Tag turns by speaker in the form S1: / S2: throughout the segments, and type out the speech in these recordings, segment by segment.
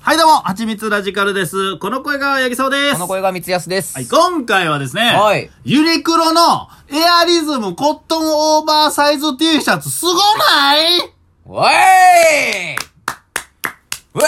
S1: はいどうも、はちみつラジカルです。この声が八木そうです。
S2: この声が三つ安です。
S1: はい、今回はですね、
S2: はい
S1: ユニクロのエアリズムコットンオーバーサイズ T シャツすごない
S2: わーいう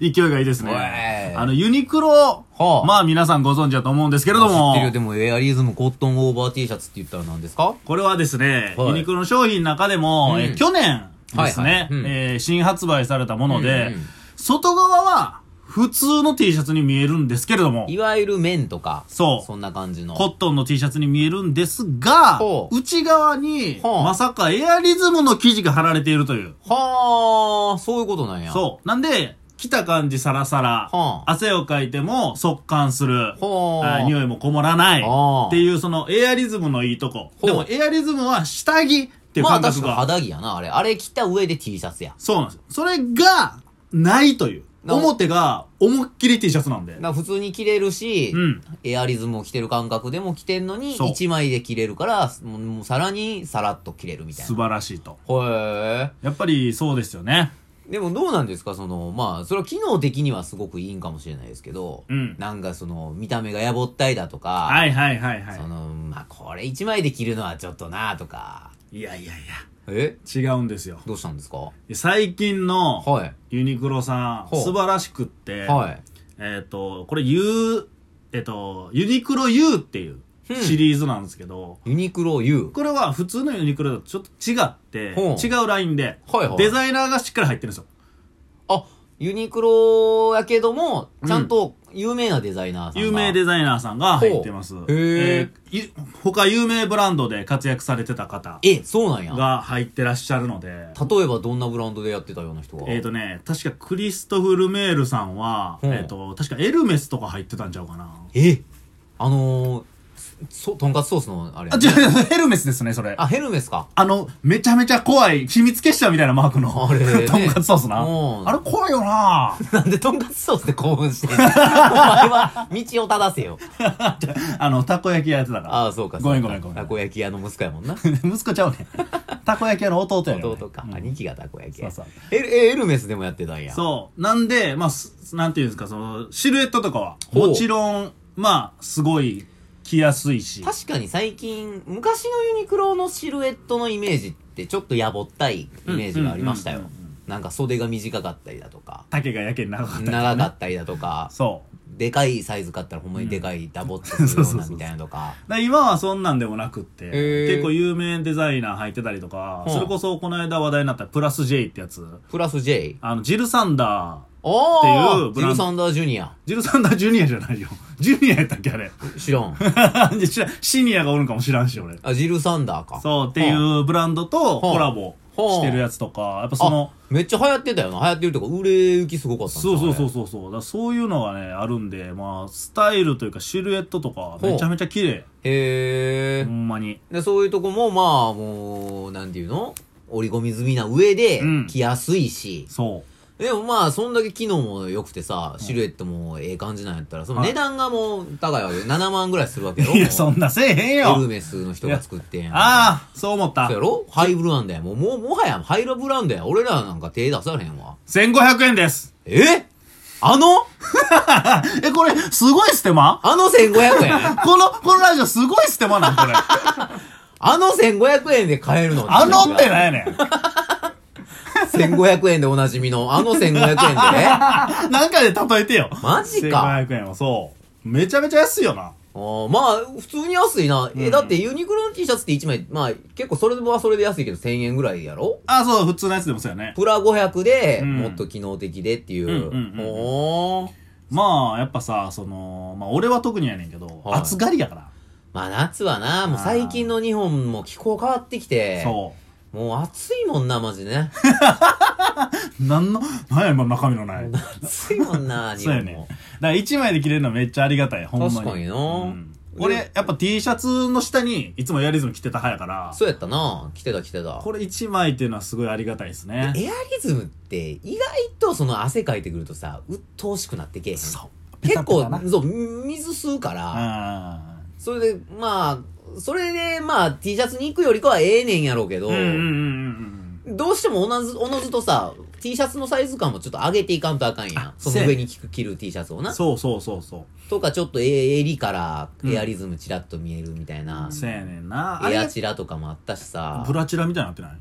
S2: えい
S1: 勢いがいいです
S2: おい
S1: ね。あの、ユニクロ、
S2: はあ
S1: まあ皆さんご存知だと思うんですけれども
S2: 知ってる、よでもエアリズムコットンオーバー T シャツって言ったら何ですか
S1: これはですね、
S2: はい
S1: ユニクロの商品の中でも、
S2: うん
S1: えー去年です
S2: はいは
S1: ね
S2: い、うん
S1: えー新発売されたもので、
S2: うんうん
S1: 外側は普通の T シャツに見えるんですけれども、
S2: いわゆる綿とか。
S1: そう
S2: そんな感じの。
S1: コットンの T シャツに見えるんですが
S2: ほ、う
S1: 内側に、
S2: ほう
S1: まさかエアリズムの生地が貼られているという。
S2: はー、そういうことなんや。
S1: そう。なんで、着た感じサラサラ
S2: ほう。
S1: 汗をかいても速乾する。
S2: ほう
S1: あ匂いもこもらない。
S2: ほう
S1: っていうそのエアリズムのいいとこ。
S2: ほう
S1: でもエアリズムは下着っていう
S2: まあ
S1: 感覚
S2: 確
S1: が。
S2: か肌着やな、あれ。あれ着た上で T シャツや。
S1: そうなんですよ。それが、ないという。
S2: なお
S1: 表が思いっきり T シャツなんで
S2: だ。から普通に着れるし、
S1: うん
S2: エアリズムを着てる感覚でも着てんのに、
S1: そう
S2: 一枚で着れるから、もうもうさらにさらっと着れるみたい
S1: 素
S2: な。
S1: 晴らしいと。
S2: ほえ
S1: やっぱりそうですよね。
S2: でもどうなんですかその、まあ、それは機能的にはすごくいいんかもしれないですけど、
S1: うん
S2: なんかその、見た目がやぼったいだとか、
S1: はいはいはいは
S2: その、まあ、これ一枚で着るのはちょっとなとか、
S1: い。いやいやいや。
S2: え
S1: 違うんですよ。
S2: どうしたんですか
S1: 最近の
S2: はい。
S1: ユニクロさん、
S2: ほう
S1: 素晴らしくって、
S2: はい。
S1: えっ、と、これ U、えっ、と、ユニクロ U っていう
S2: うん
S1: シリーズなんですけど、
S2: ユニクロ U。
S1: これは普通のユニクロだとちょっと違って、
S2: ほう
S1: 違うラインで、
S2: はいはい
S1: デザイナーがしっかり入ってるんですよ。
S2: あ、ユニクロやけども、ちゃんと有名なデザイナーさんが。
S1: 有名デザイナーさんが入ってます
S2: ほう。
S1: え
S2: へ
S1: ー
S2: ー
S1: ゆ他有名ブランドで活躍されてた方
S2: え、そうなんや。
S1: が入ってらっしゃるので、
S2: 例えばどんなブランドでやってたような人は。
S1: えっ、とね、確かクリストフ・ルメールさんは、
S2: ほう
S1: えっ、と、確かエルメスとか入ってたんちゃうかな。
S2: えあのー、そ、とんかつソースのあれや
S1: あ、
S2: ね、
S1: 違う違う、ヘルメスですね、それ。
S2: あ、ヘルメスか。
S1: あの、めちゃめちゃ怖い、秘密結社みたいなマークの、
S2: あれね
S1: とんかつソースな。
S2: うん
S1: あれ怖いよな
S2: なんでとんかつソースで興奮してんの お前は道を正せよ。
S1: あの、たこ焼き屋やってたから。
S2: ああ、そうか。
S1: ごめん
S2: そ
S1: ご
S2: うか
S1: めんごめん
S2: たこ焼き屋の息子やもんな。
S1: 息子ちゃうね ん。たこ焼き屋の弟やねん
S2: 弟か
S1: う。ん
S2: 兄貴がたこ焼き屋。
S1: そうそう
S2: エルえエルメスでもやってたんや。
S1: そう。なんで、まあ、すなんていうんですか、その、シルエットとかは、
S2: ほう
S1: もちろん、まあ、すごい、着やすいし。
S2: 確かに最近、昔のユニクロのシルエットのイメージってちょっとやぼったいイメージがありました
S1: うんう
S2: よ
S1: んうんうん。
S2: なんか袖が短かったりだとか、
S1: 丈がやけに長かったりとかね
S2: 長かったりだとか、
S1: そう。
S2: でかいサイズ買ったらほんまにでかいダボっとするようなみたいなとか。
S1: だから今はそんなんでもなくって、
S2: ー
S1: 結構有名デザイナー入ってたりとか、
S2: うん
S1: それこそこの間話題になったプラス J ってやつ、
S2: プラス J。
S1: あの、ジルサンダー、ってい
S2: あ
S1: う
S2: あ
S1: ブラン
S2: ジ
S1: ド
S2: ルサンダージュニア。
S1: ジルサンダージュニアじゃないよ。ジュニアやったっけあれ。
S2: 知らん。
S1: 知らんシニアがおるんかも知らんし、俺。
S2: あ、ジルサンダーか。
S1: そう、ってい
S2: はあ。
S1: うブランドとコラボ
S2: は
S1: し
S2: あ
S1: てるやつとか、やっぱその
S2: あ、、めっちゃ流行ってたよな。流行ってるとか、売れ行きすごかったん
S1: そうそうそう
S2: う。
S1: そうそう、だからそういうのがね、あるんで、まあ、スタイルというかシルエットとか、めちゃめちゃ綺麗。
S2: へ
S1: ほ
S2: え。
S1: んまに。
S2: で、そういうとこも、まあ、もう、なんていうの折り込み済みな上で
S1: うん、
S2: 着やすいし。
S1: そ
S2: でもまあ、そんだけ機能も良くてさ、シルエットもええ感じなんやったら、その
S1: はい
S2: 値段がもう高いわけよ。7万ぐらいするわけ
S1: う。
S2: よ。
S1: いや、そんなせえへん
S2: エル
S1: よ。
S2: メスの人が作ってんやん。
S1: ああ、そう思った
S2: そう。やろハイブランドや。もう、もう、もはや、ハイラブランドや。俺らなんか手出されへんわ。
S1: 1500円です。
S2: えあの
S1: え、これ、すごいステマ
S2: あの1500円
S1: この、このラジオすご いステマなんこれ。
S2: あの1500円で買えるの
S1: あのってなんや ねん。
S2: 1500円でおなじみの、あの1500円で
S1: なんかで例えてよ。
S2: マジか。
S1: 1500円はそう。めちゃめちゃ安いよな。
S2: おーまあ、普通に安いな。え、だってユニクロの T シャツって1枚、まあ、結構それはそれで安いけど1000円ぐらいやろ
S1: あ、そう、普通のやつでもそうやね。
S2: プラ500で、
S1: うん
S2: もっと機能的でってい
S1: うん
S2: う。
S1: うんうん
S2: おー
S1: まあ、やっぱさ、その、まあ俺は特にやねんけど、
S2: はい
S1: 暑がりやから。
S2: まあ夏はな、もう最近の日本も気候変わってきて、
S1: そ
S2: もう暑いもんな、マ ジね。
S1: う。なんの、なんや今中身のない。
S2: 暑いもんな、日
S1: そうや
S2: 本
S1: ね。だ
S2: も
S1: か。ら1枚で着れるのめっちゃありがたい、ほんまに。
S2: 確かにな
S1: うん俺、やっぱ T シャツの下にいつもエアリズム着てた派やから、
S2: そうやったな。来てた来てた。
S1: これ1枚っていうのはすごいありがたいですね。
S2: エアリズムって意外とその汗かいてくるとさ鬱陶しくなってけえへん
S1: そう。
S2: 結
S1: ペ
S2: 構
S1: タペタな
S2: そう水吸うから、
S1: あ
S2: それでまあそれでまあ T シャツに行くよりかはええねんやろうけ
S1: あ。
S2: ど、
S1: うんうんうんうんうん。
S2: どうしてもおのずおのずとさ T シャツのサイズ感もちょっと上げていかんとあかんやん
S1: あ。
S2: その上に着く着る T シャツをな。
S1: そうそうそうそう。
S2: とかちょっとえ襟からエアリズムチラッと見えるみたいな。
S1: せやねんな。あ
S2: エ
S1: れ
S2: ア、チラとかもあったしさ
S1: ブ。ラチラみたいになってない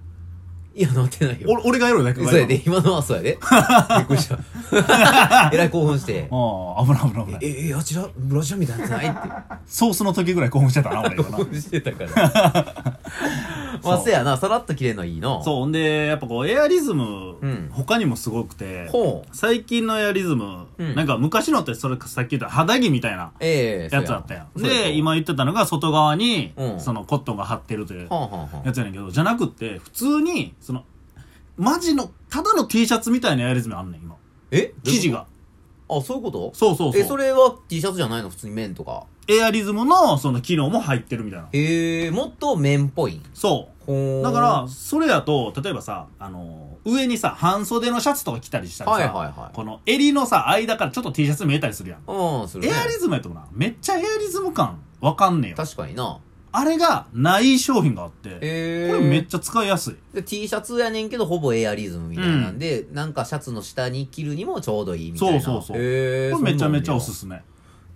S2: いや、なってないよ。
S1: 俺、俺がエロいだけ
S2: そうやで、今のはそう やで。びっくりした。 えらい興奮して。
S1: ああ、危ない危ない危ない。
S2: え、え、あちら、ブラジャーみたいなやつ ないっ
S1: ソースの時ぐらい興奮してたな、俺
S2: て。興
S1: 今 な。
S2: 奮してたから。まあ、
S1: そう
S2: せやな、さらっと着れんのいいの。
S1: そう、ほんで、やっぱこう、エアリズム、
S2: うん
S1: 他にもすごくて、
S2: ほう。
S1: 最近のエアリズム、
S2: うん
S1: なんか昔のってそれさっき言った肌着みたいな
S2: ええ、
S1: やつだったやん。
S2: そうや
S1: で、。今言ってたのが外側に、
S2: うん
S1: そのコットンが張ってるという
S2: そうやはんはんはん
S1: やつやねんけど、じゃなくって、普通に、その、マジの、ただの T シャツみたいなエアリズムあんねん、今。
S2: え
S1: 生地。が。
S2: あ、そういうこと
S1: そうそうそう。
S2: え、それは T シャツじゃないの普通に綿とか。
S1: エアリズムの、その機能も入ってるみたいな。
S2: ええ、もっと綿っぽい。
S1: そう。
S2: ほー
S1: だから、、それだと、例えばさ、あのー上にさ、半袖のシャツとか着たりしたらさ、
S2: はいはいはい
S1: この襟のさ、間からちょっと T シャツ見えたりするやん。
S2: うん、する
S1: エ
S2: ね。
S1: アリズムやとな、めっちゃエアリズム感わかんねえよ。
S2: 確かにな。
S1: あれがない商品があって、こ
S2: え
S1: れ
S2: え。
S1: めっちゃ使いやすい。
S2: で T シャツやねんけど、ほぼエアリズムみたいなんで、なんかシャツの下に着るにもちょうどいいみたいな。
S1: そうそうそう
S2: へー
S1: これめちゃめちゃおす
S2: め。
S1: すめ。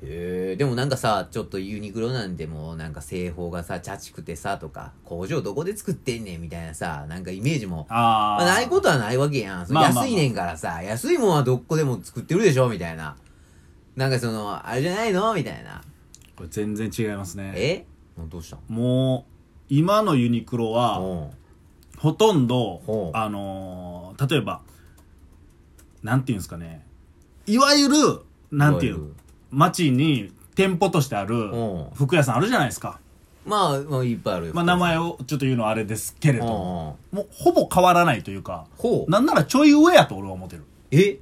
S2: へーでもなんかさ、ちょっとユニクロなんてもうなんか製法がさ、チャチくてさ、とか、工場どこで作ってんねんみたいなさ、なんかイメージも。
S1: あ
S2: ま
S1: ー。
S2: あないことはないわけやん。その
S1: まあまあまあ
S2: 安いねんからさ、安いもんはどこでも作ってるでしょみたいな。なんかその、あれじゃないのみたいな。
S1: これ全然違いますね。
S2: えもうどうした
S1: もう、今のユニクロは、
S2: の
S1: ほとんど
S2: ほ、う
S1: あのー例えば、なんていうんですかね、いわゆる、なんてい
S2: いわゆ
S1: う
S2: る、
S1: 街に店舗としてある
S2: ほう
S1: 服屋さんあるじゃないですか。
S2: まあ、まあ、いっぱいあるよ。
S1: まあ名前をちょっと言うのはあれですけれ
S2: うん
S1: ど、
S2: うん。
S1: もうほぼ変わらないというか、
S2: ほう。
S1: なんならちょい上やと俺は思ってる。
S2: え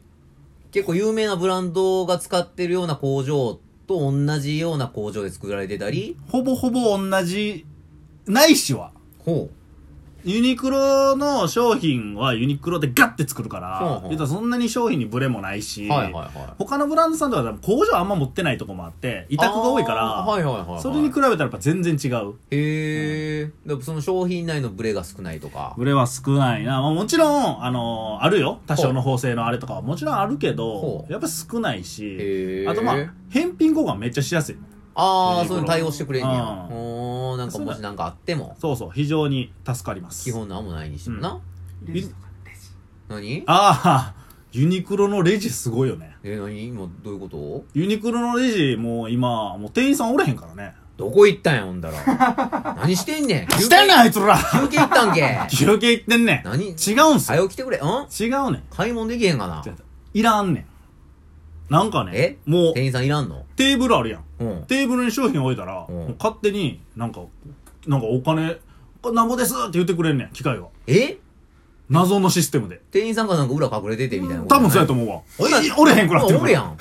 S2: 結構有名なブランドが使ってるような工場と同じような工場で作られてたり
S1: ほぼほぼ同じ、ないしは。
S2: ほ
S1: ユニクロの商品はユニクロでガッて作るか
S2: ほう
S1: ら
S2: ほ、う
S1: 言ったらそんなに商品にブレもないし、
S2: はいはいはい
S1: 他のブランドさんとか多分工場あんま持ってないとこもあって、委
S2: 委
S1: 託が多いから、
S2: はいはいはい、はい、
S1: それに比べたらやっぱ全然違う。
S2: へえ、だからその商品内のブレが少ないとか
S1: ブレは少ないな。まあ、もちろん、あのーあるよ。多少の縫製のあれとかはもちろんあるけど
S2: ほ、う
S1: やっぱ少ないし
S2: へ、ー
S1: あとまあ、返品交換めっちゃしやすい。ユニ
S2: ああ
S1: ク
S2: そ
S1: ロ
S2: ういうの対応してくれんねや
S1: うん
S2: おーなんかもしなんかあっても
S1: そうそう、非常に助かります。
S2: 基。本なんもないにしてもな、
S1: レジ
S2: 何
S1: ああ、ユニクロのレジすごいよね。
S2: え何今どういうこと
S1: ユニクロのレジもう今、もう店員さんおれへんからね。
S2: どこ行ったんやほん だら何してんねん休
S1: してんねんあいつら
S2: 休憩行ったんけ
S1: 休憩行ってんねん。
S2: 何
S1: 違うんすよ。
S2: 早起きてくれん
S1: 違うねん。
S2: 買い物できへんかない
S1: 違ういらんねん。なんかね
S2: え、
S1: もう、
S2: 店員さんいらんの
S1: テーブルあるやん。
S2: うん。
S1: テーブルに商品置いたら、
S2: うん
S1: もう勝手になんか、なんかお金、これなんぼですって言ってくれんねん、機械が。
S2: え
S1: 謎のシステムで。
S2: 店員さんがなんか裏隠れててみたいなこと
S1: 多分そうや
S2: と
S1: と思うわ。
S2: 思
S1: えおれへんくなってる
S2: お るやん。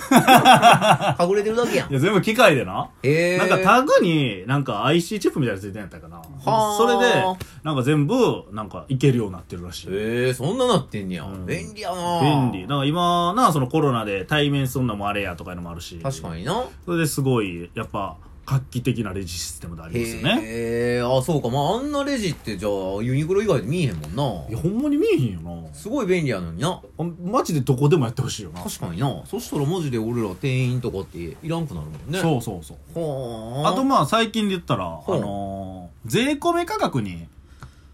S2: 隠れてるだけや
S1: い
S2: ん。
S1: や、全部機械でな。
S2: えー。
S1: なんかタグに、なんか IC チップみたいなやつついてんやったかな。
S2: はー
S1: それで、なんか全部、なんかいけるようになってるらしい。
S2: えー、そんななってんねや。
S1: うん
S2: 便利やな
S1: 便利。だから今な、そのコロナで対面すんのもあれやとかいうのもあるし。
S2: 確かにな。
S1: それですごい、やっぱ、画期的なレジシステムでありますよね。
S2: へえー、あ、そうか。まあ、あんなレジって、じゃあ、ユニクロ以外で見えへんもん
S1: いや、
S2: な。
S1: ほんまに見えへんよな。
S2: すごい便利やのにな。
S1: あマジでどこでもやってほしいよな。
S2: 確かにな。そしたらマジで俺ら店員とかっていらんくなるもんね。う。
S1: そうそうそう。
S2: はあ。
S1: あとまあ最近で言ったら、あ
S2: う
S1: のー税込み価格に、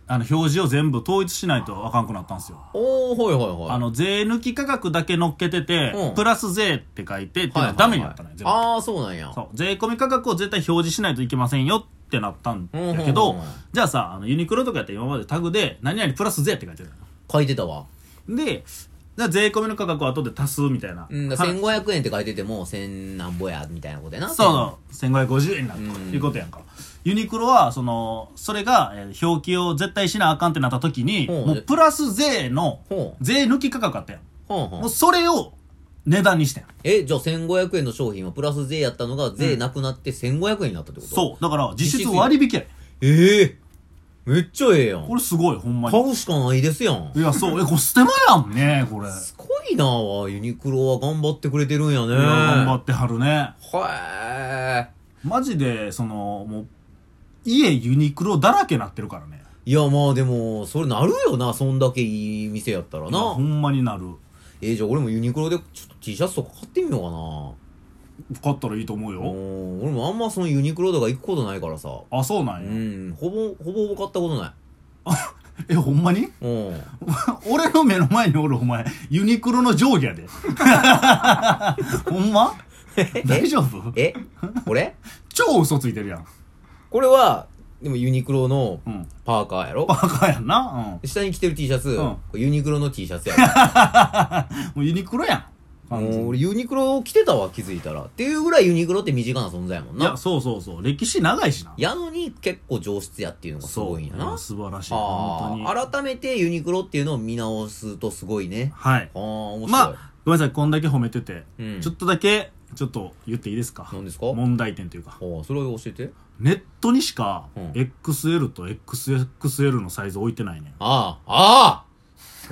S1: あの、表示を全部統一しないとあかんくなったんですよ。
S2: おー、はいはいはい。
S1: あの、税抜き価格だけ乗っけてて
S2: う、ん
S1: プラス税って書いて、っていうの
S2: はいはいは、
S1: はいダメになったのよ、全部
S2: あー、そうなんや。
S1: そう。税込み価格を絶対表示しないといけませんよってなったんだけ
S2: うん
S1: ど
S2: うんうんうん、
S1: じゃあさ、あのユニクロとかやったら今までタグで、何々プラス税って書いてる
S2: 書いてたわ。
S1: ので、じゃあ税込みの価格を後で足すみたいな。
S2: うん、だから1500円って書いてても、1000なんぼや、みたいなことやな。
S1: そうそう、1550円になったと
S2: うん
S1: いうことやんか。ユニクロは、その、それが、えー表記を絶対しなあかんってなった時に、
S2: ほう
S1: もうプラス税の
S2: ほ、う
S1: 税抜き価格あったやん。
S2: ほんほん
S1: もうそれを値段にしてん。
S2: え、じゃあ1500円の商品はプラス税やったのが税なくなって1500円になったってことう。
S1: そう。だから、実質
S2: 実質や
S1: 割引やん。
S2: ええめっちゃええやん。
S1: これすごい、ほんま
S2: 買
S1: に。
S2: うしかないですやん
S1: い。や、そう。え、これ捨て前やんね、これ。いや、
S2: すごいなぁ、ユニクロは頑張ってくれてるんやね。
S1: 頑張ってはるね。
S2: はえ。
S1: マジで、その、もう、家ユニクロだらけなってるからね。
S2: いや、まあでも、それなるよな、そんだけいい店やったら
S1: いやほ
S2: な。
S1: んまになる。
S2: えーじゃあ俺もユニクロでちょっと T シャツとか買ってみようかな。
S1: 買ったらいいと思うよ。
S2: うん俺もあんまそのユニクロとか行くことないからさ。
S1: あ、そうな
S2: うん
S1: や。
S2: ん、ほぼ、ほぼほぼ買ったことな
S1: え、
S2: い。
S1: ほんまに
S2: うん。
S1: 俺の目の前におるお前、ユニクロの上下やで。 ほんま大丈夫
S2: え これ
S1: 超嘘ついてるやん。
S2: これは、でもユニクロの
S1: うん。
S2: パーカーやろ
S1: バカやんな。
S2: 下に着てる T シャツ、
S1: ん
S2: これユニクロの T シャツや
S1: うん。もうユニクロやん。
S2: ろ。
S1: 完
S2: も
S1: 全に
S2: う俺ユニクロ着てたわ、気づいたら。っていうぐらいユニクロって身近な存在やもん
S1: いや、
S2: な。
S1: そうそうそう。歴史長いしな。
S2: やのに結構上質やっていうのがすごいんやな。
S1: そう素晴らしい。本当に。
S2: ああ改めてユニクロっていうのを見直すとすごいね。
S1: はい。
S2: ああ、面白い。
S1: まあ、ごめんなさい、こんだけ褒めてて、
S2: うん
S1: ちょっとだけ、ちょっと言っていいですか
S2: 何ですか
S1: 問題点というか。
S2: ああ、それを教えて。
S1: ネットにしか
S2: うん、
S1: XL と XXL のサイズ置いてないね。
S2: ああ、ああ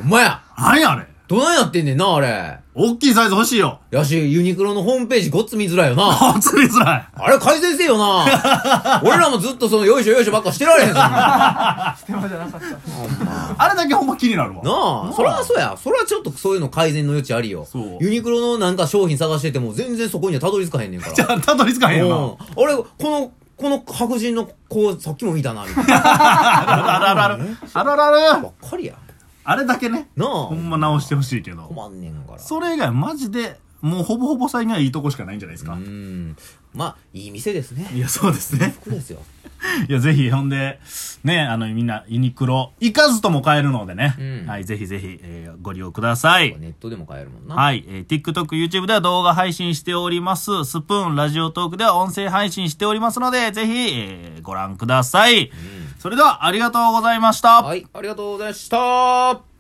S2: ほんまや
S1: 何あれ
S2: どないやってんねんな、あれ。
S1: 大きいサイズ欲しいよ
S2: やし、ユニクロのホームページごっつ見づらいよな。
S1: あ、釣りづらい
S2: あれ改善せよ な。俺らもずっとその、よいしょよいしょばっかしてられへんぞ。な
S3: 手間じゃなかった
S1: あれだけほんま気になるわ。
S2: あ、そらそうや。そらちょっとそういうの改善の余地ありよ
S1: そう。
S2: ユニクロのなんか商品探してても全然そこにはたどり着かへんねんか ら。
S1: じゃあ、たどり着かへんよな。
S2: うん。あれ、この、この白人の子、さっきも見たな、みたい
S1: あ
S2: な。
S1: らららら。あらら
S2: ば
S1: ら。
S2: っ かりや。
S1: あれだけね。
S2: なあ。
S1: ほんま直してほしいけど。
S2: 困んねんから。
S1: それ以外マジで、もうほぼほぼ最近はいいとこしかないんじゃないです
S2: う
S1: か。
S2: ん。まあ、いい店ですね。
S1: いや、そうですね。
S2: 服ですよ。
S1: いや、ぜひ、ほんで、ね、あの、みんな、ユニクロ、行かずとも買えるのでね。
S2: うん
S1: はい、ぜひぜひ、えーご利用ください。
S2: ネットでも買えるもんな。
S1: はい、えー TikTok、YouTube では動画配信しております。スプーン、ラジオトークでは音声配信しておりますので、ぜひ、えーご覧ください。それでは、ありがとうございました。
S2: はい、ありがとうございました